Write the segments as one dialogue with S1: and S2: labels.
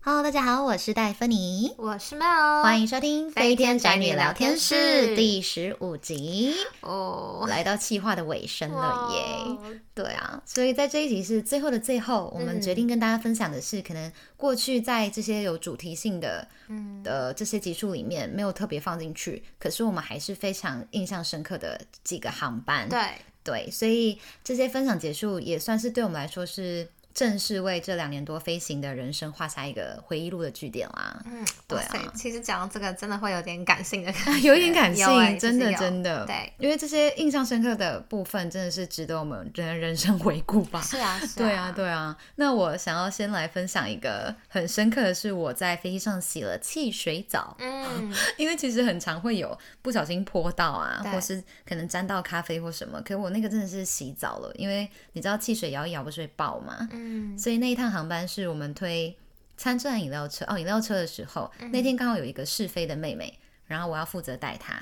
S1: Hello，大家好，我是戴芬妮，
S2: 我是哦 Mel，
S1: 欢迎收听《飞
S2: 飞
S1: 天
S2: 天
S1: 宅
S2: 宅
S1: 女
S2: 女
S1: 聊
S2: 聊
S1: 天
S2: 天
S1: 室
S2: 室》
S1: 第十五集，
S2: 哦，
S1: 来到气化的尾声了耶。
S2: 哇
S1: 对啊，所以在这一集是最后的最后，我们
S2: 嗯
S1: 决定跟大家分享的是，可能过去在这些有主题性的
S2: 嗯，
S1: 呃这些集数里面没有特别放进去，可是我们还是非常印象深刻的几个航班。
S2: 对，
S1: 对，所以这些分享结束也算是对我们来说是正式为这两年多飞行的人生画下一个回忆录的据点啦。
S2: 嗯，
S1: 对
S2: 哇
S1: 啊
S2: 塞，其实讲到这个真的会有点感性的感觉，
S1: 有一点感性，
S2: 有欸
S1: 真的真的，
S2: 的，对，
S1: 因为这些印象深刻的部分真的是值得我们人人生回顾吧。
S2: 是啊，是
S1: 对啊，，对啊。那我想要先来分享一个很深刻的是，我在飞机上洗了汽水澡，
S2: 嗯，
S1: 因为其实很常会有不小心泼到啊，
S2: 对
S1: 或是可能沾到咖啡或什么。可我那个真的是洗澡了，因为你知道汽水摇一摇不是会爆吗？
S2: 嗯，
S1: 所以那一趟航班是我们推参战饮料车哦，饮料车的时候，
S2: 嗯
S1: 那天刚好有一个试飞的妹妹，然后我要负责带她，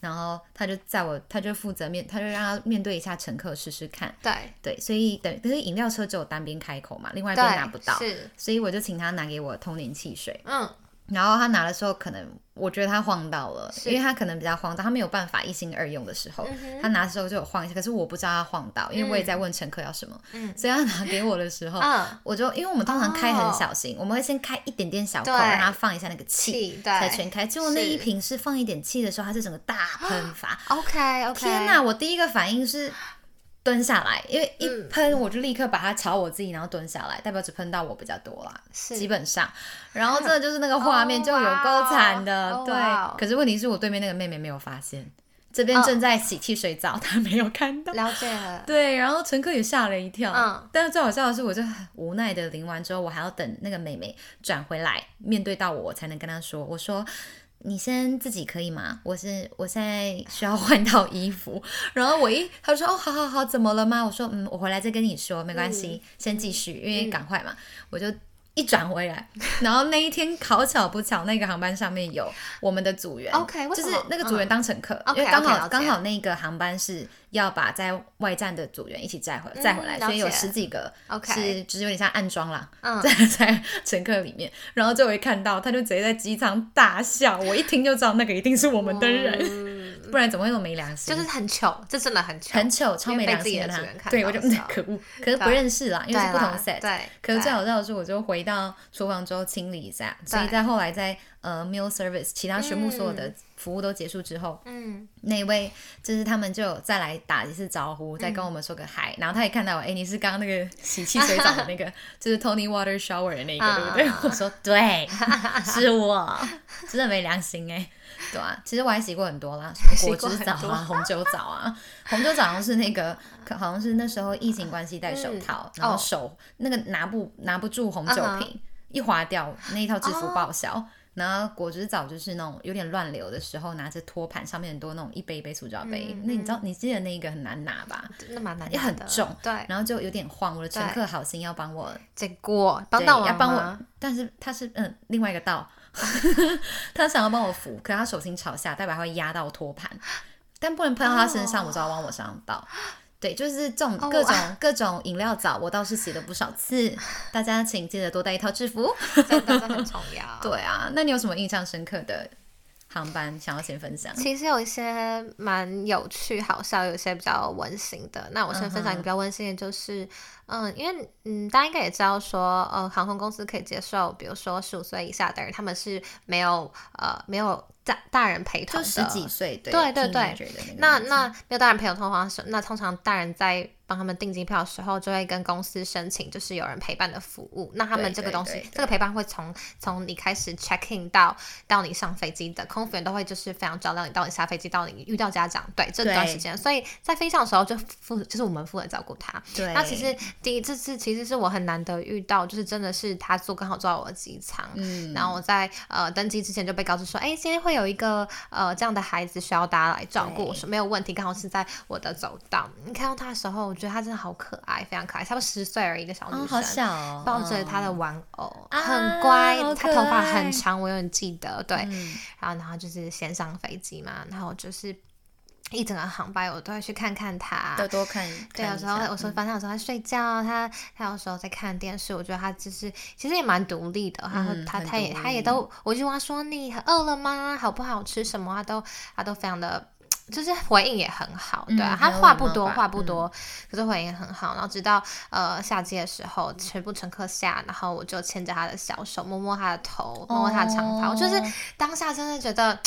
S1: 然后她就在我，她就负责面，她就让她面对一下乘客试试看。
S2: 对，
S1: 对，所以等可是饮料车只有单边开口嘛，另外一
S2: 对，
S1: 边拿不到，哦
S2: 是，
S1: 所以我就请她拿给我通灵汽水。
S2: 嗯，
S1: 然后他拿的时候，可能我觉得他晃到了，
S2: 是嗯
S1: 因为他可能比较慌张，他没有办法一心二用的时候，他拿的时候就有晃一下。可是我不知道他晃到，因为我也在问乘客要什么，
S2: 嗯
S1: 所以他拿给我的时 候，
S2: 嗯，
S1: 我就因为我们通常开很小心，我们会先开一点点小口，
S2: 哦对
S1: 让他放一下那个气。
S2: 气，
S1: 才
S2: 对
S1: 全开，结果那一瓶是放一点气的时候，它是整个大 喷发。
S2: ，OK OK，
S1: 天哪！我第一个反应是蹲下来，因为
S2: 嗯
S1: 一喷我就立刻把它朝我自己，然后蹲下来，代表只喷到我比较多啦。基
S2: 是，
S1: 本上，然后真的就是那个画面
S2: 哦
S1: 就有够惨的，
S2: 哇哦
S1: 对。
S2: 哇哦
S1: 可是问题是我对面那个妹妹没有发现，这边
S2: 哦
S1: 正在洗汽水澡，她没有看到。
S2: 了解了，
S1: 对，然后乘客也吓了一跳。
S2: 嗯
S1: 但是最好笑的是，我就很无奈的淋完之后，我还要等那个妹妹转回来，面对到我，我才能跟她说，我说。你先自己可以吗？我是我现在需要换套衣服， 然后我一她说哦，好好好，怎么了吗？我说嗯，我回来再跟你说，没关系，先继续，因为赶快嘛，我就一转回来，然后那一天 好巧不巧，那个航班上面有我们的组员
S2: OK，为
S1: 就是
S2: 什么
S1: 那个组员当乘客，
S2: 嗯
S1: 因为刚
S2: OK，OK，
S1: 好
S2: 了解
S1: 刚好那个航班是要把在外站的组员一起载回载回来，
S2: 嗯
S1: 所以有
S2: 了解
S1: 十几个
S2: OK
S1: 是就是有点像暗装啦，
S2: 嗯
S1: 在在乘客里面，然后就我一看到他就直接在机舱大笑，我一听就知道那个一定是我们的人，
S2: 人，
S1: 不然怎么会那么没良心？
S2: 嗯就是很糗，这真的很糗，
S1: 很糗，超
S2: 因
S1: 没
S2: 为被
S1: 良
S2: 自己
S1: 心
S2: 的
S1: 他
S2: 主人看。到
S1: 对，我就
S2: 的时候
S1: 可恶，可是不
S2: 对
S1: 认识啦，因为是
S2: 对
S1: 不同
S2: 啦
S1: set。
S2: 对，
S1: 可是最
S2: 对
S1: 好笑的是，我就回到厨房之后清理一下，所以
S2: 对
S1: 在后来在呃 meal service 其他全部所有的
S2: 嗯
S1: 服务都结束之后，
S2: 嗯，
S1: 那一位就是他们就有再来打一次招呼，再跟我们说个嗨，然后他也看到我，哎、你是刚刚那个嗯洗汽水澡的那个， 就是 Tony Water Shower 的那个，对不对
S2: 啊？
S1: 我说啊对， 是我，真的没良心哎、对啊，其实我还洗过很多啦，什么果汁澡
S2: 洗过
S1: 啊、红酒澡啊，红酒澡好像是那个，可好像是那时候疫情关系戴手套，
S2: 嗯
S1: 然后
S2: 哦
S1: 手、那个拿不拿不住红酒瓶
S2: 嗯哼
S1: 一划掉，那一套制服报销。然后果汁澡就是那种有点乱流的时候，拿着托盘上面很多那种一杯一杯塑胶杯，
S2: 嗯
S1: 那你知道你记得那一个很难拿吧？
S2: 那蛮难，
S1: 也很重，
S2: 对，
S1: 然后就有点晃，我的乘客好心要帮我，
S2: 结果帮
S1: 对
S2: 到我啊
S1: 要帮我
S2: 吗，
S1: 但是他是嗯另外一个道， 他想要帮我扶，可他手心朝下，代表他会压到托盘，但不能碰到他身上，我知道往我身上倒。对，就是这种
S2: 哦
S1: 各种、各种饮料澡，我倒是洗了不少 次。大家请记得多带一套制服。
S2: 真的这很重要。
S1: 对啊，那你有什么印象深刻的航班想要先分享？
S2: 其实有一些蛮有趣、好笑，有一些比较温馨的。那我先分享一
S1: 嗯
S2: 个比较温馨的，就是嗯因为嗯，大家应该也知道说，呃，航空公司可以接受，比如说十五岁以下的人，他们是没有呃没有大大人陪
S1: 就
S2: 同的，
S1: 十几岁，对
S2: 对对
S1: teenager 的那
S2: 那
S1: 个年纪
S2: 那没有大人陪同的话，是那通常大人在帮他们订机票的时候，就会跟公司申请，就是有人陪伴的服务。那他
S1: 对
S2: 们这个
S1: 对
S2: 东西，
S1: 对
S2: 这个陪伴会从从你开始 check in 到到你上飞机的，空服员都会就是非常照料你，到你下飞机，到你遇到家长，对这段
S1: 对
S2: 时间，所以在飞上的时候就负就是我们负责照顾他。
S1: 对，
S2: 那其实第一这次其实是我很难得遇到，就是真的是他坐刚好坐在我的机舱，
S1: 嗯，
S2: 然后我在呃登机之前就被告知说，哎，今天会有一个呃这样的孩子需要大家来照顾，
S1: 对
S2: 我说没有问题，刚好是在我的走道。你看到他的时候，我觉得他真的好可爱，非常可爱，差不多十岁而已的小
S1: 哦
S2: 女
S1: 好
S2: 生。
S1: 小哦，
S2: 抱着他的
S1: 嗯
S2: 玩偶，
S1: 啊
S2: 很乖
S1: 好，
S2: 他
S1: 可
S2: 头发
S1: 爱
S2: 很长，我有点记得。对，
S1: 嗯
S2: 然后然后就是先上飞机嘛，然后就是一整个航班我都会去看看他。
S1: 多多看。
S2: 对，有
S1: 看一
S2: 时候
S1: 下嗯
S2: 我说，发现有时候他睡觉，他他有时候在看电视，我觉得他就是其实也蛮独立的，他会、
S1: 嗯
S2: 他
S1: 很
S2: 他也
S1: 独
S2: 他也
S1: 立
S2: 都，我就问他说你饿了吗？好不好吃什么？他都他都非常的。就是回应也很好，对啊，
S1: 嗯
S2: 他
S1: 很有
S2: 话
S1: 礼
S2: 不
S1: 貌
S2: 多，
S1: 吧
S2: 话不
S1: 嗯
S2: 多，可是回应很好。然后直到呃下机的时候，
S1: 嗯
S2: 全部乘客下，然后我就牵着他的小手，摸摸他的头，摸摸他的长发，我就是
S1: 哦
S2: 当下真的觉得，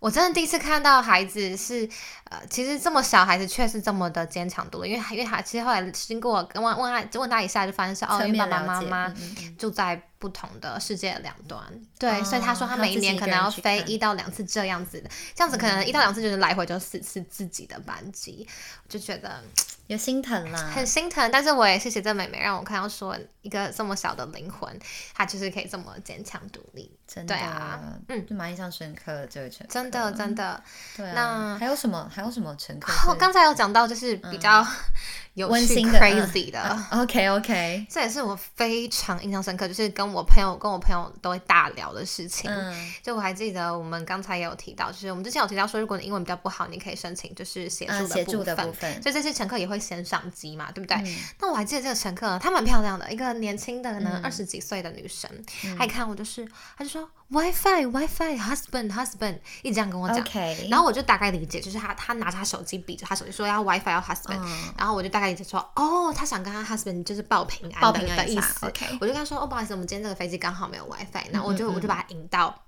S2: 我真的第一次看到孩子是，呃，其实这么小孩子却是这么的坚强独立，因为因为他其实后来经过我跟问问他问他一下，就发现是哦，
S1: 侧
S2: 因为爸
S1: 面
S2: 爸妈
S1: 了解。
S2: 妈
S1: 嗯嗯嗯
S2: 住在不同的世界的两端，对，
S1: 哦
S2: 所以他说他
S1: 他
S2: 每一
S1: 自己
S2: 年
S1: 一
S2: 可
S1: 个
S2: 能
S1: 人
S2: 要
S1: 去
S2: 飞
S1: 看嗯
S2: 一到两次这样子的，这样子可能一到两次就是来回就四次自己的班机，我就觉得
S1: 有心疼啦，
S2: 很心疼。但是我也谢谢这妹妹，让我看到说一个这么小的灵魂，她就是可以这么坚强独立，
S1: 真的，
S2: 对啊，嗯，
S1: 就蛮印象深刻的这位乘客，
S2: 真的真的。
S1: 对啊。
S2: 那
S1: 还有什么还有什么乘客
S2: 我
S1: 是
S2: 刚才有讲到，就是比较 有
S1: 嗯温
S2: 趣
S1: 馨的嗯
S2: crazy 的，
S1: ？OK OK，
S2: 这也是我非常印象深刻，就是跟我朋友跟我朋友都会大聊的事情。
S1: 嗯，
S2: 就我还记得我们刚才也有提到，就是我们之前有提到说，如果你英文比较不好，你可以申请就是协
S1: 呃
S2: 助
S1: 协
S2: 的
S1: 助
S2: 部
S1: 的
S2: 分。
S1: 部分，
S2: 所以这些乘客也会先上机嘛，对不对？
S1: 嗯
S2: 那我还记得这个乘客，她蛮漂亮的，一个年轻的，可能
S1: 嗯
S2: 二十几岁的女生，
S1: 嗯
S2: 她一看我就是，她就说 WiFi WiFi husband husband，一直这样跟我讲。
S1: OK，
S2: 然后我就大概理解，就是她她拿着她手机比着她手机说要 WiFi 要 husband，、
S1: 嗯
S2: 然后我就大概理解说，哦，她想跟她 husband 就是报平安
S1: 报
S2: 的
S1: 平安
S2: 的
S1: 一
S2: 意
S1: 下
S2: 思。
S1: ，OK
S2: 我就跟她说，哦，不好意思，我们今天这个飞机刚好没有 WiFi，然后我就
S1: 嗯嗯
S2: 我就把她引到。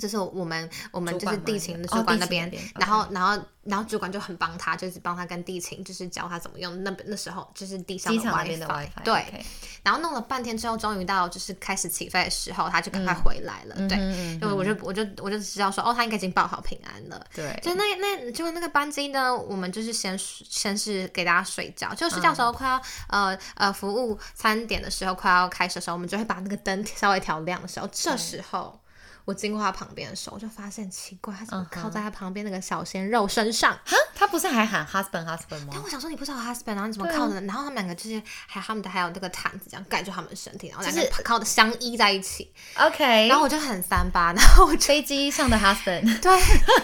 S2: 就是我们我们
S1: 主
S2: 就是
S1: 管吗
S2: 地勤的
S1: 哦
S2: 主管
S1: 地勤
S2: 那
S1: 那
S2: 边，
S1: 边
S2: 然后然后然后主管就很帮他，就是帮他跟地勤就是教他怎么用那那时候就是地上
S1: 机
S2: 的
S1: 场那边的
S2: WiFi，
S1: WiFi，
S2: 对，
S1: OK，
S2: 然后弄了半天之后，终于到就是开始起飞的时候，他就赶快回来了，对，
S1: 嗯
S2: 就我就我就我就知道说，哦，他应该已经报好平安了。
S1: 对，
S2: 就那那就那个班机呢，我们就是先先是给大家睡觉，就睡
S1: 嗯
S2: 觉的时候快要、呃呃服务餐点的时候快要开始的时候，我们就会把那个灯稍微调亮的时候，这时候我经过他旁边的时候，我就发现奇怪，他怎么
S1: 嗯哼
S2: 靠在他旁边那个小鲜肉身上？
S1: 哈，他不是还喊 husband husband
S2: 但
S1: 吗？
S2: 我想说你不是我 husband，然后你怎么
S1: 对啊
S2: 靠着？然后他们两个就是还有他们的还有那个毯子这样盖住他们的身体，然后两个
S1: 就是
S2: 人靠的相依在一起。
S1: OK，
S2: 然后我就很三八，然后我就
S1: 飞机上的 husband，
S2: 对，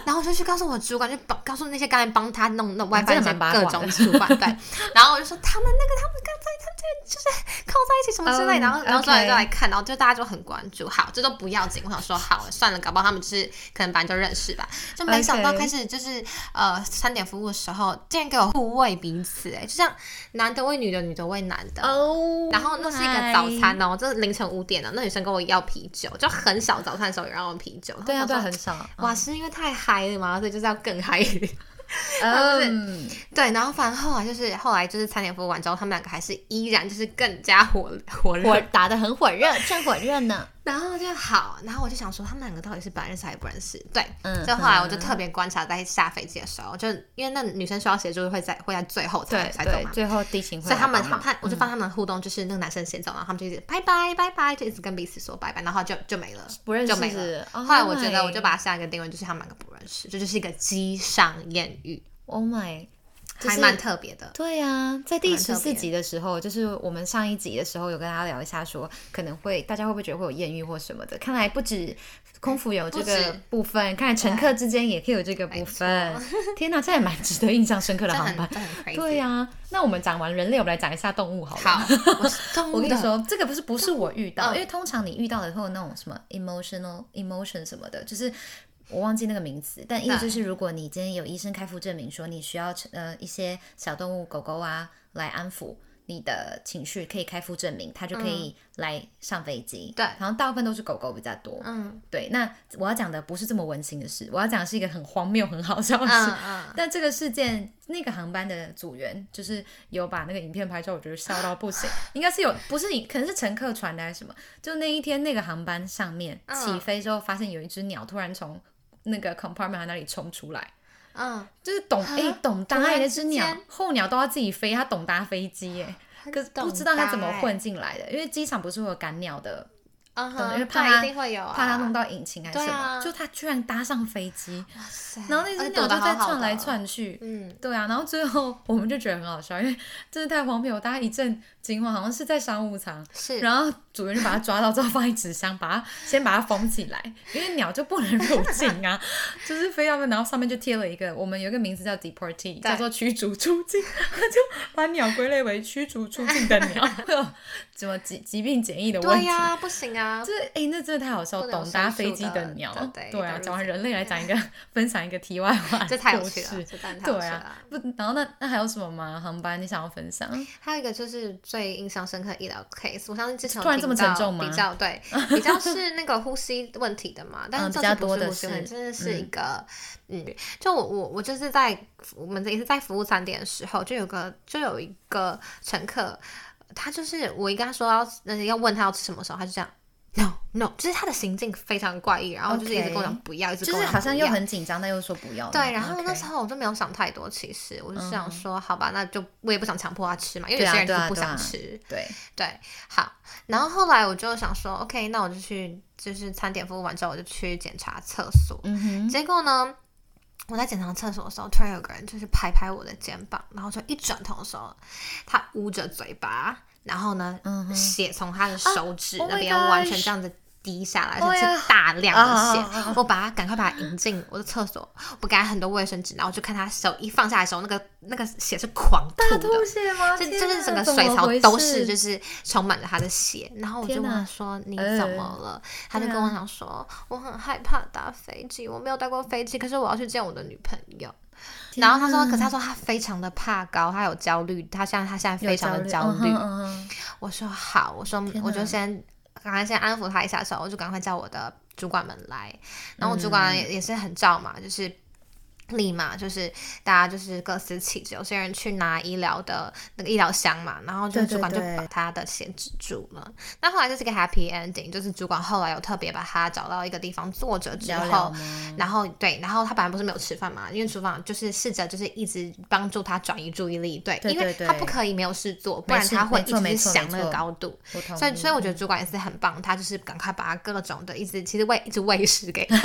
S2: 然后我就去告诉我主管，就帮告诉那些刚才帮他弄
S1: 真
S2: 弄 WiFi
S1: 的
S2: 那些
S1: 蛮八
S2: 各
S1: 卦
S2: 种
S1: 的
S2: 主管对，然后我就说他们那个他们刚才他们就是靠在一起什么之类，
S1: 嗯
S2: 然后然后出来
S1: OK
S2: 就来看，然后就大家就很关注，好，这都不要紧，我想说好了算了，搞不好他们就是可能本来就认识吧，就没想到
S1: OK
S2: 开始就是呃餐点服务的时候，竟然给我互喂彼此，哎，就像男的喂女的，女的喂男的。
S1: 哦，Oh
S2: 然后那是一个早，餐哦，这是凌晨五点了。那女生跟我要啤酒，就很小早餐的时候有让我啤酒。
S1: 对啊，
S2: 然后
S1: 对
S2: 我
S1: 啊，
S2: 想说
S1: 很少，
S2: 哇，是因为太嗨了嘛，所以就是要更嗨一点。
S1: 嗯，
S2: 对，然后反正后来就是后来就是餐点服务完之后，他们两个还是依然就是更加火火热。
S1: 火打得很火热，正火热呢，
S2: 然后就好，然后我就想说他们两个到底是本来认识还是不认识？对，
S1: 嗯
S2: 所以后来我就特别观察，在下飞机的时候，就因为那女生需要协助，会在会在最后才
S1: 对
S2: 才走
S1: 对
S2: 嘛，。
S1: 最后地勤会
S2: 所
S1: 来
S2: 以他们
S1: 帮
S2: 他
S1: 忙，
S2: 他我就发现他们的互动，就是那个男生先走，然后他们就一直拜拜拜拜，就一直跟彼此说拜拜，然后就就没了，
S1: 不认识
S2: 就没了。
S1: 哦
S2: 后来我觉得我就把它下一个定位就是他们两个不认识，这就是一个机上艳遇，
S1: Oh my，就是
S2: 还蛮特别的。
S1: 对啊，在第
S2: 蛮
S1: 十
S2: 特别
S1: 四集的时候，就是我们上一集的时候有跟大家聊一下说可能会大家会不会觉得会有艳遇或什么的？看来不止空服有这
S2: 不
S1: 个
S2: 止
S1: 部分，看来乘客之间也可以有这个部分。天哪，这也蛮值得印象深刻的
S2: 这
S1: 航
S2: 很
S1: 班。
S2: 这很 crazy。
S1: 对啊，那我们讲完人类，我们来讲一下动物好了。
S2: 好，我是动物
S1: 我跟你
S2: 的，
S1: 说，这个不是不是我遇到，
S2: 嗯
S1: 因为通常你遇到的会有那种什么 emotional emotion 什么的，就是我忘记那个名词，但意思就是如果你今天有医生开副证明说你需要呃一些小动物狗狗啊来安抚。你的情绪可以开副证明，它就可以来上飞机。
S2: 嗯对
S1: 好像大部分都是狗狗比较多。
S2: 嗯
S1: 对，那我要讲的不是这么温馨的事，我要讲的是一个很荒谬、很好笑的事。
S2: 嗯嗯，
S1: 但这个事件，那个航班的组员就是有把那个影片拍出来，我觉得笑到不行。应该是有，不是影，可能是乘客传的还是什么。就那一天，那个航班上面
S2: 嗯
S1: 起飞之后，发现有一只鸟突然从那个 compartment 那里冲出来，
S2: 嗯，
S1: 就是董
S2: 啊
S1: 哎、董大爱那只鸟
S2: 突然之，
S1: 候鸟都要自己飞，它
S2: 欸
S1: 董搭飞机耶，可是不知道它怎么混进来的，因为机场不是会有赶鸟的。
S2: 嗯
S1: 懂
S2: 哼，
S1: 因为怕
S2: 对
S1: 它
S2: 一定会有啊，
S1: 怕它弄到引擎还是
S2: 对
S1: 什么，
S2: 啊
S1: 就它居然搭上飞机，
S2: 哇塞，
S1: 然后那
S2: 而
S1: 只
S2: 且
S1: 鸟
S2: 躲
S1: 就
S2: 哎得
S1: 在
S2: 好好
S1: 窜来
S2: 的，
S1: 窜去，
S2: 嗯，
S1: 对啊，然后最后我们就觉得很好笑，因为真的太荒谬，大家一阵惊慌，好像是在商务舱，
S2: 是，
S1: 然后主人就把它抓到之后放在纸箱，把它先把它封起来，因为鸟就不能入境啊，就是飞到那，然后上面就贴了一个，我们有一个名字叫 deportee，叫做驱逐出境， 它就把鸟归类为驱逐出境的 鸟， 会有什么疾疾病检疫的问
S2: 对
S1: 题。
S2: 呀、不行啊，
S1: 就是哎、那真的太好笑，
S2: 不能有
S1: 懂搭
S2: 申
S1: 飞
S2: 诉
S1: 机
S2: 的
S1: 鸟
S2: 的，对
S1: 对
S2: 的
S1: 啊，
S2: 日
S1: 讲完
S2: 子
S1: 人类来讲一个 分享一个题外话，
S2: 这太有趣了，这当然太有
S1: 对
S2: 趣了。
S1: 啊，不，然后那那还有什么吗？航班你想要分享？
S2: 还有一个就是最印象深刻医疗 case，我相信之前有
S1: 突然这么
S2: 听到
S1: 沉重吗
S2: 比较对，比较是那个呼吸问题的 嘛，但
S1: 嗯
S2: 是
S1: 比
S2: 这
S1: 较
S2: 次不
S1: 多的
S2: 是呼吸问题，
S1: 是
S2: 真的是一个嗯就我我我就是在我们也是在服务餐点的时候，就有个就有一个乘客，他就是我一跟他说要呃要问他要吃什么时候，他就这样 no no，就是他的行径非常怪异，然后就是一直跟我讲
S1: OK
S2: 不要，一直跟
S1: 就
S2: 我
S1: 是
S2: 讲
S1: 好像
S2: 不
S1: 又
S2: 要
S1: 很紧张，但又说不要。
S2: 对，然后那时
S1: 候
S2: 候我就没有想太多，其实我就
S1: 嗯
S2: 是想说，好吧，那就我也不想强迫他吃嘛，因为
S1: 对
S2: 有
S1: 啊
S2: 些人就
S1: 对啊
S2: 是不
S1: 对啊
S2: 想吃。
S1: 对，
S2: 对好，然后后来我就想说，OK，那我就去，就是餐点服务完之后，我就去检查厕所。
S1: 嗯哼，
S2: 结果呢，我在检查厕所的时候，突然有个人就是拍拍我的肩膀，然后就一转头的时候，他捂着嘴巴，然后呢，
S1: 嗯哼
S2: 血从他的手指
S1: Oh my
S2: 那边完
S1: gosh
S2: 全这样子滴下来，
S1: Oh
S2: 而且
S1: yeah
S2: 是大量的
S1: 啊啊啊
S2: 血。我把他赶快把他引进我的厕所，我给他很多卫生纸，然后就看他手一放下来的时候，那个那个血是狂吐
S1: 大
S2: 的。
S1: 吐血吗？
S2: 就
S1: 天
S2: 就是
S1: 哪
S2: 整个
S1: 怎
S2: 水
S1: 么
S2: 槽
S1: 回
S2: 都
S1: 事
S2: 是，就是充满了他的血。然后我
S1: 天
S2: 就问
S1: 哪
S2: 他说：“你
S1: 呃
S2: 怎么了？”他就
S1: 对
S2: 跟
S1: 啊
S2: 我讲说：“我很害怕搭飞机，我没有搭过飞机，可是我要去见我的女朋友。”
S1: 天啊
S2: 然后他说：“可是他说他非常的怕高，他有焦虑，他现在他现在非常的焦虑。
S1: 有嗯哼嗯哼
S2: 我说：“好，我说
S1: 天
S2: 我
S1: 哪
S2: 就先赶快先安抚他一下手，我就赶快叫我的主管们来。”然后我主
S1: 嗯
S2: 管也也是很照嘛，就是。立马就是大家就是各司其职，有些人去拿医疗的那个医疗箱嘛，然后
S1: 对
S2: 就是
S1: 对
S2: 主管就
S1: 对
S2: 把他的血止住了。那后来就是个 happy ending，就是主管后来有特别把他找到一个地方坐着之
S1: 聊
S2: 后，
S1: 聊吗？
S2: 然后对，然后他本来不是没有吃饭嘛，因为厨房就是试着就是一直帮助他转移注意力，对，
S1: 对
S2: 因为
S1: 对
S2: 他
S1: 对
S2: 不可以没有事做，不
S1: 没
S2: 然
S1: 事
S2: 他会
S1: 没
S2: 一
S1: 错没
S2: 直
S1: 错
S2: 想
S1: 没
S2: 那个
S1: 错
S2: 高度。
S1: 我同
S2: 所以，
S1: 意
S2: 所以我觉得主管也是很棒，他就是赶快把各种的一直其实喂一直喂 食给他，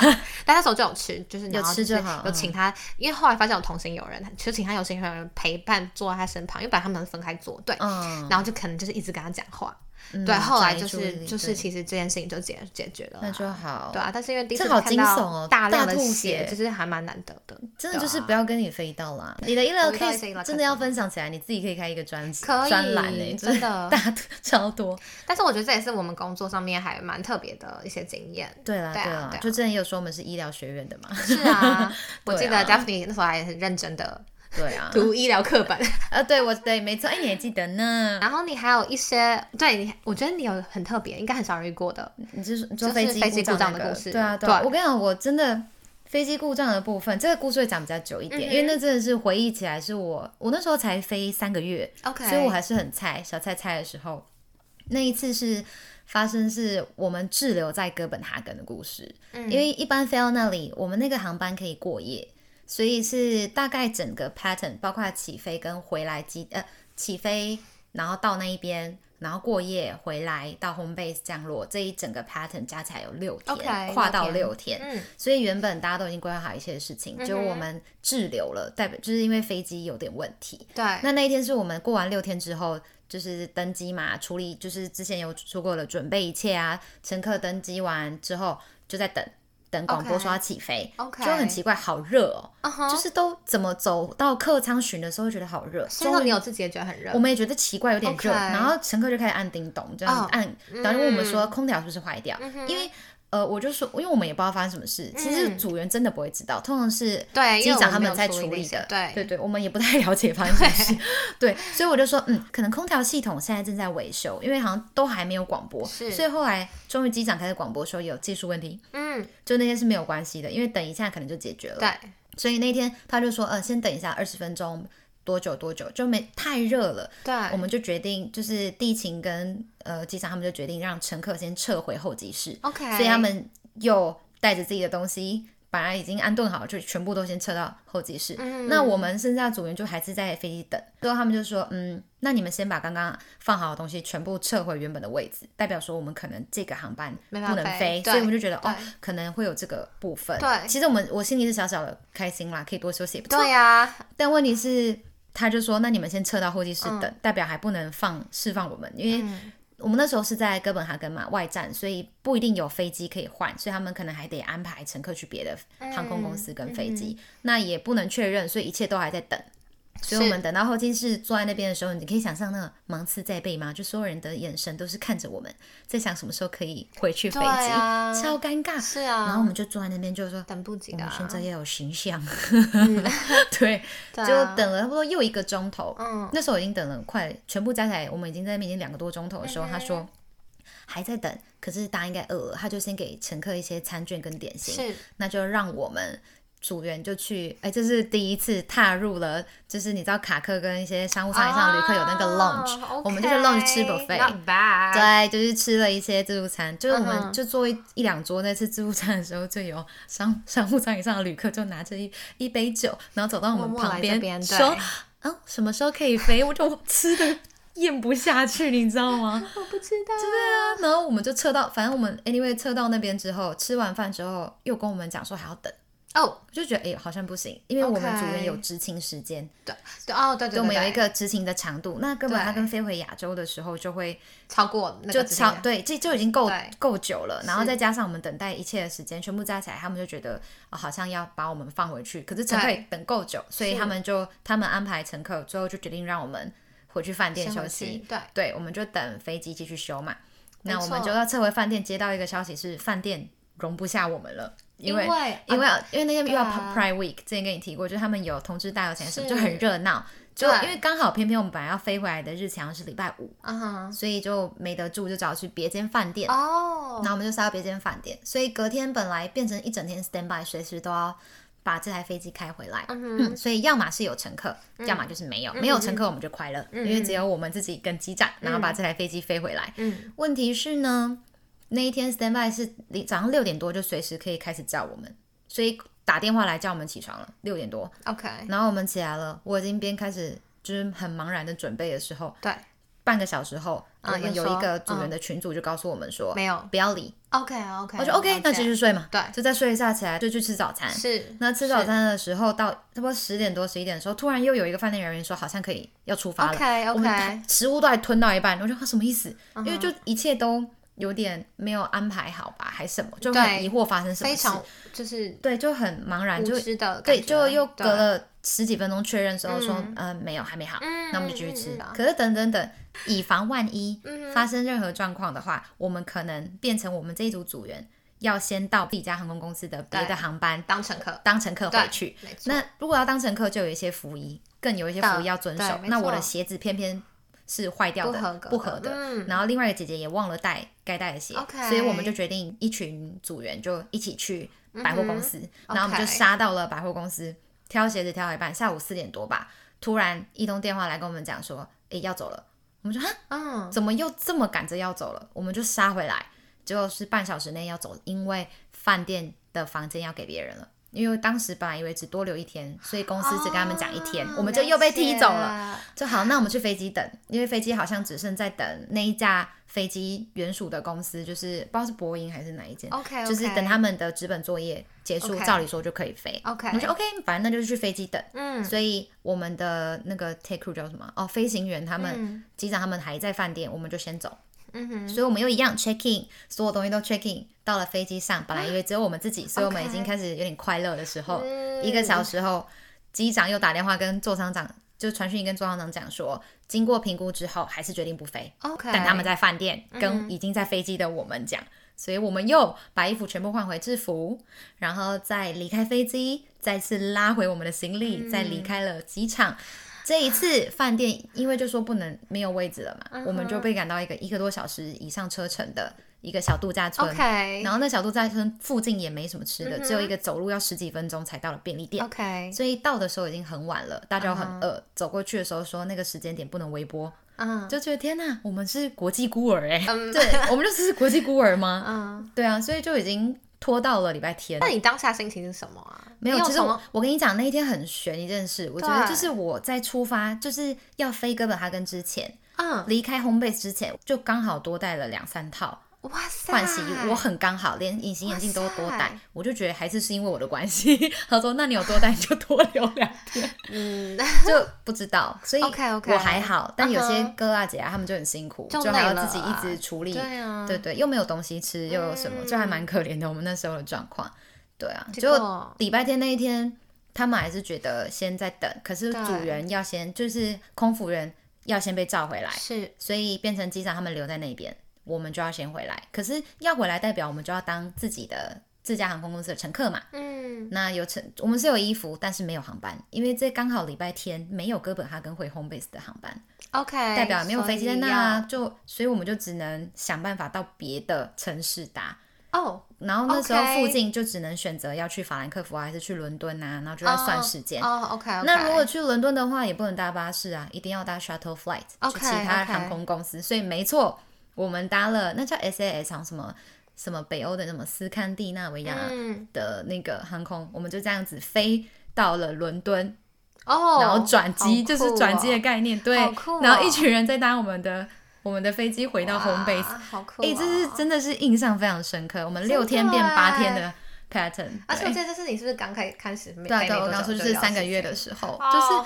S2: 但那时候就有吃，就是然后
S1: 吃
S2: 是
S1: 就好嗯
S2: 有请他，因为后来发现有同行友人，就请他有同行友人陪伴坐在他身旁，因为本来他们是分开坐，对，
S1: 嗯，
S2: 然后就可能就是一直跟他讲话，
S1: 嗯
S2: 对，后来
S1: 转移
S2: 就
S1: 注意
S2: 是
S1: 力
S2: 就是
S1: 对
S2: 其实这件事情就解解决了啦，
S1: 那就好，
S2: 对啊，但是因为第一
S1: 这
S2: 次
S1: 好
S2: 看
S1: 惊悚哦
S2: 到大量
S1: 大
S2: 的
S1: 吐血
S2: 血，就是还蛮难得的。
S1: 真的就是
S2: 对啊
S1: 不要跟你飞到啦。你的医疗
S2: 我遇到一些
S1: case
S2: 医疗
S1: 真的要分享起来，你自己可以开一个专辑
S2: 可以
S1: 专栏呢，
S2: 真的
S1: 就是大吐 超多。
S2: 但是我觉得这也是我们工作上面还蛮特别的一些经验。
S1: 对啦
S2: 对啊
S1: 啦
S2: 对，啊
S1: 就之前也有说我们是医疗学院的嘛，
S2: 是啊，我记
S1: 对
S2: 得
S1: 啊
S2: Daphne 那时候还很认真的
S1: 对啊，
S2: 读医疗课 本，
S1: 啊对我对没错，哎你还记得呢？
S2: 然后你还有一些对你，我觉得你有很特别，应该很少人遇过的。
S1: 你就是你坐
S2: 就是
S1: 飞机
S2: 飞机故障
S1: 那
S2: 的
S1: 个
S2: 故事
S1: 对啊，对啊。
S2: 对
S1: 我跟你讲，我真的飞机故障的部分，这个故事会讲比较久一点，因为
S2: 嗯
S1: 那真的是回忆起来是我，我那时候才飞三个月
S2: OK，
S1: 所以我还是很菜，小菜菜的时候，那一次是。发生是我们滞留在哥本哈根的故事，
S2: 嗯
S1: 因为一般飞到那里，我们那个航班可以过夜，所以是大概整个 pattern 包括起飞跟回来机呃起飞，然后到那一边，然后过夜回来到 home base 降落，这一整个 pattern 加起来有六天
S2: OK，
S1: 跨到六
S2: 六
S1: 天。
S2: 嗯
S1: 所以原本大家都已经规划好一切事情，结果我们滞留了，代表就是因为飞机有点问题，
S2: 对
S1: 那那一天是我们过完六天之后，就是登机嘛，处理就是之前有说过了，准备一切啊，乘客登机完之后就在等等广播
S2: OK
S1: 说要起飞
S2: OK，
S1: 就很奇怪，好热哦，
S2: 嗯哼，
S1: 就是都怎么走到客舱巡的时候觉得好热，
S2: 所以说
S1: 终
S2: 你
S1: 于
S2: 有自己也觉得很热
S1: 我。们也觉得奇怪，有点热
S2: OK
S1: 然后乘客就开始按叮咚，这样
S2: 哦
S1: 按，然后就问我们
S2: 嗯
S1: 说空调是不是坏掉，因为。呃，我就说，因为我们也不知道发生什么事，其实
S2: 嗯
S1: 组员真的不会知道，通常是
S2: 对，因
S1: 机
S2: 为
S1: 长
S2: 我
S1: 他
S2: 没
S1: 们
S2: 有
S1: 在
S2: 处
S1: 处
S2: 理
S1: 理
S2: 这
S1: 的
S2: 些，对
S1: 对对，我们也不太了解发生什么事， 对，所以我就说，嗯，可能空调系统现在正在维修，因为好像都还没有广播，
S2: 是
S1: 所以后来终于机长开始广播说有技术问题，
S2: 嗯，
S1: 就那些是没有关系的，因为等一下可能就解决了，
S2: 对，
S1: 所以那天他就说，呃，先等一下二十分钟，多久多久，就没太热了，
S2: 对，
S1: 我们就决定就是地勤跟呃机长他们就决定让乘客先撤回候机室
S2: OK，
S1: 所以他们又带着自己的东西。本来已经安顿好，就全部都先撤到候机室。
S2: 嗯
S1: 那我们剩下组员就还是在飞机等，最后他们就说，嗯，那你们先把刚刚放好的东西全部撤回原本的位置，代表说我们可能这个航班不
S2: 没办法
S1: 能
S2: 飞
S1: 所以
S2: 对
S1: 我们就觉得
S2: 对
S1: 哦，可能会有这个部分。
S2: 对
S1: 其实我们我心里是小小的开心啦，可以多休息也不错。
S2: 对啊呀、
S1: 但问题是，他就说，那你们先撤到候机室等，
S2: 嗯
S1: 代表还不能放释放我们，因为、我们那时候是在哥本哈根嘛外站，所以不一定有飞机可以换，所以他们可能还得安排乘客去别的航空公司跟飞机，
S2: 嗯
S1: 那也不能确认，所以一切都还在等。所以我们等到候机室坐在那边的时候，你可以想象那个芒刺在背吗？就所有人的眼神都是看着我们，在想什么时候可以回去飞机，
S2: 对啊
S1: 超尴尬。
S2: 是啊，
S1: 然后我们就坐在那边，就说
S2: 等不及
S1: 我
S2: 的、
S1: 们
S2: 啊嗯
S1: 现，在要有形象， 对，
S2: 对
S1: 就
S2: 啊
S1: 等了差不多又一个钟头。
S2: 嗯
S1: 那时候已经等了快全部加起来，我们已经在那边已经两个多钟头的时
S2: 嗯
S1: 候，他说还在等，可是大家应该饿了，他就先给乘客一些餐券跟点心，
S2: 是
S1: 那就让我们。组员就去，哎，这是第一次踏入了，就是你知道卡克跟一些商务舱以上的旅客有那个 lounge，、
S2: 哦
S1: 我们就去 lounge 吃 buffet，
S2: ，OK，not bad
S1: 对，就是吃了一些自助餐，就是我
S2: 嗯
S1: 们
S2: 哼
S1: 就坐一一两桌那次自助餐的时候，就有商商务舱以上的旅客就拿着一一杯酒，然后走到我
S2: 默
S1: 们
S2: 默来
S1: 旁
S2: 这
S1: 边
S2: 边对
S1: 说：“嗯，什么时候可以飞？” 我就吃的咽不下去，你知道 吗？
S2: 我不知道，
S1: 对啊，然后我们就撤到，反正我们 anyway 撤到那边之后，吃完饭之后又跟我们讲说还要等，
S2: 哦，
S1: 我就觉得哎、好像不行，因为我们组员
S2: OK
S1: 有执勤时间
S2: 对对哦，对对对，
S1: 对，我们有
S2: 对
S1: 一个执勤的长度，那根本他
S2: 对
S1: 跟飞回亚洲的时候就会。
S2: 超过那
S1: 就
S2: 个之前
S1: 超对，这就已经够
S2: 对
S1: 够久了，然后
S2: 是
S1: 再加上我们等待一切的时间，全部加起来，他们就觉得、哦好像要把我们放回去，可是乘客
S2: 对
S1: 也等够久，所以
S2: 是
S1: 他们就他们安排乘客，最后就决定让我们回去饭店
S2: 先
S1: 休
S2: 回去
S1: 息。
S2: 对，
S1: 对，我们就等飞机继续休嘛。那
S2: 没
S1: 我们
S2: 错
S1: 就要撤回饭店，接到一个消息是饭店容不下我们了，因为。
S2: 为啊
S1: 因为、因为那天遇到
S2: 对
S1: Pri-
S2: 啊
S1: Pride Week，之前跟你提过，就是他们有同志大游行什么，
S2: 是
S1: 就很热闹。就
S2: 对
S1: 因为刚好偏偏我们本来要飞回来的日期好像是礼拜五，
S2: 嗯哼
S1: 所以就没得住，就找去别间饭店。
S2: 哦
S1: 然，后我们就杀到别间饭店，所以隔天本来变成一整天 stand by，随时都要把这台飞机开回来。
S2: 嗯哼
S1: 嗯，所以要么是有乘客，要么就是没有。没有乘客我们就快乐，因为只有我们自己跟机长，然后把这台飞机飞回来。
S2: 嗯，
S1: 问题是呢，那一天 stand by 是离早上六点多就随时可以开始叫我们，所以打电话来叫我们起床了，六点多。
S2: ，OK，
S1: 然后我们起来了，我已经边开始就是很茫然的准备的时候，
S2: 对
S1: 半个小时后，我
S2: 嗯
S1: 们
S2: 又
S1: 有一
S2: 说
S1: 个组员
S2: 嗯
S1: 的群主就告诉我们说，
S2: 没有
S1: 不要理。
S2: ，OK OK，
S1: 我说 OK，那继续睡嘛。
S2: 对
S1: 就再睡一下，起来就去吃早餐。
S2: 是
S1: 那吃早餐的时候，到差不多十点多、十一点的时候，突然又有一个饭店人员说好像可以要出发了。
S2: OK
S1: 我们
S2: OK，
S1: 食物都还吞到一半，我就说啊什么意思？因为
S2: 嗯哼
S1: 就一切都有点没有安排好吧，还什么，就很
S2: 对
S1: 疑惑发生什么
S2: 非
S1: 事。
S2: 常就是
S1: 对，就很茫然，
S2: 无
S1: 就
S2: 知的感
S1: 对，
S2: 觉，
S1: 就又
S2: 对
S1: 隔了十几分钟确认之后说，
S2: 嗯
S1: 呃，没有，还没好，
S2: 嗯
S1: 那我们就继续吃
S2: 嗯嗯。嗯
S1: 可是等等等，以防万一
S2: 嗯
S1: 发生任何状况的话，我们可能变成我们这一组组员要先到自己家航空公司的别的
S2: 对
S1: 航班
S2: 当乘客，
S1: 当乘客回
S2: 对
S1: 去。
S2: 没错，
S1: 那如果要当乘客，就有一些服仪，更有一些服仪要遵
S2: 对
S1: 守。
S2: 没
S1: 那我
S2: 错
S1: 的鞋子偏偏是坏掉
S2: 不
S1: 的，
S2: 合格
S1: 不合的。
S2: 嗯
S1: 然后另外一个姐姐也忘了带该带的鞋
S2: OK
S1: 所以我们就决定一群组员就一起去百货公司，
S2: 嗯哼
S1: 然后我们就
S2: OK
S1: 杀到了百货公司挑鞋子挑到一半，下午四点多吧，突然一通电话来跟我们讲说，诶要走了，我们说啊
S2: 嗯，
S1: 怎么又这么赶着要走了，我们就杀回来，结果是半小时内要走，因为饭店的房间要给别人了。因为当时本来以为只多留一天，所以公司只跟他们讲一天，
S2: 哦
S1: 我们就又被踢走了。
S2: 了解
S1: 就好，那我们去飞机等，因为飞机好像只剩在等那一架飞机原属的公司，就是不知道是波音还是哪一间
S2: OK，
S1: 就是等他们的纸本作业结束
S2: 哦 OK
S1: 照理说就可以飞。
S2: OK
S1: 我们就 OK，反正那就是去飞机等。
S2: 嗯
S1: 所以我们的那个 take crew 叫什么？哦，飞行员他们、
S2: 嗯
S1: 机长他们还在饭店，我们就先走。
S2: 嗯哼。
S1: 所以我们又一样 check in，所有东西都 check in。到了飞机上，本来以为只有我们自己，所以我们已经开始有点快乐的时候，
S2: 嗯
S1: 一个小时后，机长又打电话跟座舱长，就传讯跟座舱长讲说，经过评估之后，还是决定不飞，
S2: OK，
S1: 但他们在饭店
S2: 嗯
S1: 跟已经在飞机的我们讲，所以我们又把衣服全部换回制服，然后再离开飞机，再次拉回我们的行李，再
S2: 嗯
S1: 离开了机场。这一次饭店因为就说不能没有位置了嘛，
S2: 嗯
S1: 我们就被赶到一个一个多小时以上车程的一个小度假村。
S2: OK，
S1: 然后那小度假村附近也没什么吃
S2: 嗯
S1: 的，只有一个走路要十几分钟才到了便利店。
S2: OK，
S1: 所以到的时候已经很晚了，大家都很饿。走过去的时候说那个时间点不能微波，
S2: 嗯
S1: 就觉得天呐，我们是国际孤儿哎、
S2: 嗯
S1: 对，我们就只是国际孤儿吗？
S2: 嗯，
S1: 对啊，所以就已经拖到了礼拜天
S2: 那。你当下心情是什么啊？
S1: 没有，
S2: 你
S1: 其实
S2: 什
S1: 我
S2: 么
S1: 我跟你讲，那一天很悬一件事，我觉得
S2: 对
S1: 就是我在出发就是要飞哥本哈根之前，
S2: 嗯，
S1: 离开 home base 之前，就刚好多带了两三套
S2: 哇塞，
S1: 换洗衣物，我很刚好，连隐形眼镜都多
S2: 哇
S1: 带
S2: 塞，
S1: 我就觉得还是是因为我的关系。 他说：“那你有多带你就多留两 天。”
S2: 嗯，
S1: 就不知道，所以
S2: OK，OK
S1: 我还好，但有些
S2: 嗯哼
S1: 哥啊姐啊他们就很辛苦，
S2: 就
S1: 就还要
S2: 累了
S1: 自己一直处理，
S2: 对啊，嗯
S1: 对对，又没有东西吃，又有什么，就还蛮可怜的。我们那时候的状况，对啊，
S2: 结
S1: 就
S2: 果
S1: 礼拜天那一天，他们还是觉得先在等，可是
S2: 对
S1: 主人要先，就是空服人要先被召回来，
S2: 是
S1: 所以变成机长他们留在那边，我们就要先回来。可是要回来，代表我们就要当自己的自家航空公司的乘客嘛，
S2: 嗯，
S1: 那有乘，我们是有衣服，但是没有航班，因为这刚好礼拜天没有哥本哈根回 home base 的航班，
S2: OK，
S1: 代表也没有飞机在
S2: 哎所以
S1: 那啊，就所以我们就只能想办法到别的城市搭。
S2: 要哦，
S1: 然后那时候
S2: OK
S1: 附近就只能选择要去法兰克福啊，还是去伦敦啊，然后就在算时间。
S2: 哦，OK，
S1: 那如果去伦敦的话，也不能搭巴士啊，一定要搭 shuttle flight 去
S2: OK，
S1: 其他
S2: OK
S1: 航空公司。所以没错，我们搭了那叫 SAS 航什么什么北欧的什么斯堪的纳维亚、
S2: 嗯
S1: 的那个航空，我们就这样子飞到了伦敦，
S2: 哦，
S1: 然后转机，
S2: 好
S1: 就
S2: 酷
S1: 是
S2: 哦
S1: 转机的概念，对
S2: 好酷哦，
S1: 然后一群人再搭我们的我们的飞机回到 home
S2: 哇
S1: base，
S2: 好酷、哦，
S1: 哎、这是真的是印象非常深刻，我们
S2: 真的
S1: 六天变八天的
S2: 哎
S1: pattern，
S2: 而且我
S1: 对
S2: 记得这是你是不是刚开开始没？
S1: 对啊
S2: 飞
S1: 对啊，
S2: 没
S1: 我
S2: 多
S1: 刚
S2: 久
S1: 说就
S2: 就是要
S1: 三个
S2: 事
S1: 月的
S2: 情
S1: 时候，
S2: 哦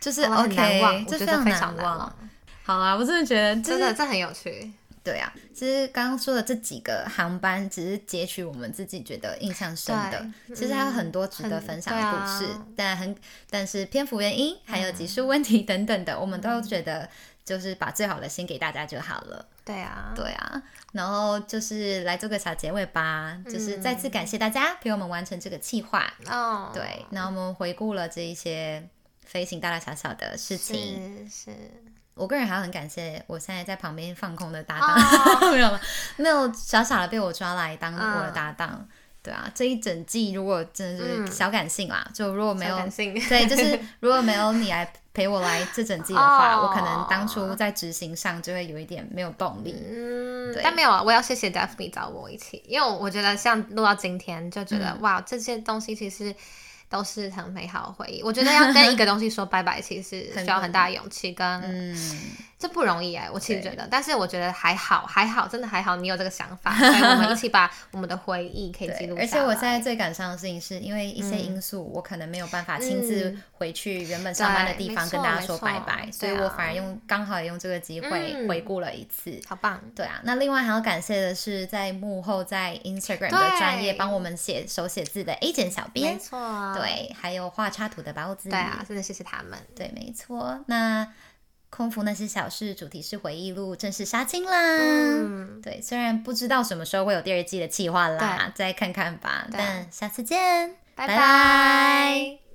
S1: 就是
S2: 好了哦很
S1: OK，
S2: 难忘，我
S1: 这
S2: 觉
S1: 非
S2: 得
S1: 常
S2: 非常
S1: 难
S2: 难
S1: 忘。，好啊，我真的觉得就
S2: 真
S1: 是
S2: 的这很有趣。
S1: 对啊，其实刚刚说的这几个航班，只是截取我们自己觉得印象深的，
S2: 对
S1: 其实还有
S2: 嗯
S1: 很多值得
S2: 很
S1: 分享的故事，
S2: 对啊
S1: 但很但是篇幅原因，还有技术问题等等
S2: 嗯
S1: 的，我们都觉得就是把最好的先给大家就好了。
S2: 对啊，
S1: 对啊，然后就是来做个小结尾吧，就是再次感谢大家陪我们完成这个计划。
S2: 哦，
S1: 对，那我们回顾了这一些飞行大大小小的事情，
S2: 是是，
S1: 我个人还要很感谢我现在在旁边放空的搭档，
S2: 哦
S1: 没有了没有傻傻的被我抓来当我的搭档。对啊，这一整季如果真的是
S2: 嗯
S1: 小感性啦，就如果没有
S2: 小感性
S1: 对，就是如果没有你来陪我来这整季的话，
S2: 哦
S1: 我可能当初在执行上就会有一点没有动力。
S2: 嗯
S1: 对，
S2: 但没有啊，我要谢谢 Daphne 找我一起，因为我觉得像录到今天，就觉得、
S1: 嗯
S2: 哇，这些东西其实都是很美好的回忆。我觉得要跟一个东西说拜拜，其实
S1: 很
S2: 需要很大的勇气跟，
S1: 嗯，
S2: 这不容易哎、我其实
S1: 对
S2: 觉得，但是我觉得还好，还好，真的还好，你有这个想法，所以我们一起把我们的回忆可以记
S1: 对
S2: 录。
S1: 而且我现在最感伤的事情是因为一些因素，我可能没有办法亲自
S2: 嗯
S1: 回去原本上班的
S2: 对
S1: 地方
S2: 没
S1: 跟
S2: 错
S1: 大家说
S2: 没错
S1: 拜拜，所以
S2: 对啊
S1: 我反而用刚好也用这个机会
S2: 嗯
S1: 回顾了一次。
S2: 好棒，
S1: 对啊，那另外还要感谢的是，在幕后在 Instagram 的
S2: 对
S1: 专业帮我们写手写字的 A 简小
S2: 没
S1: 编，
S2: 错啊，
S1: 对，嗯还有画插图的包子，
S2: 对啊，真的谢谢他们。
S1: 对，没错。那空服那些小事主题是回忆录，正式杀青啦。
S2: 嗯，
S1: 对，虽然不知道什么时候会有第二季的计划啦，再看看吧。
S2: 对啊
S1: 但下次见，
S2: 拜
S1: 拜拜
S2: 拜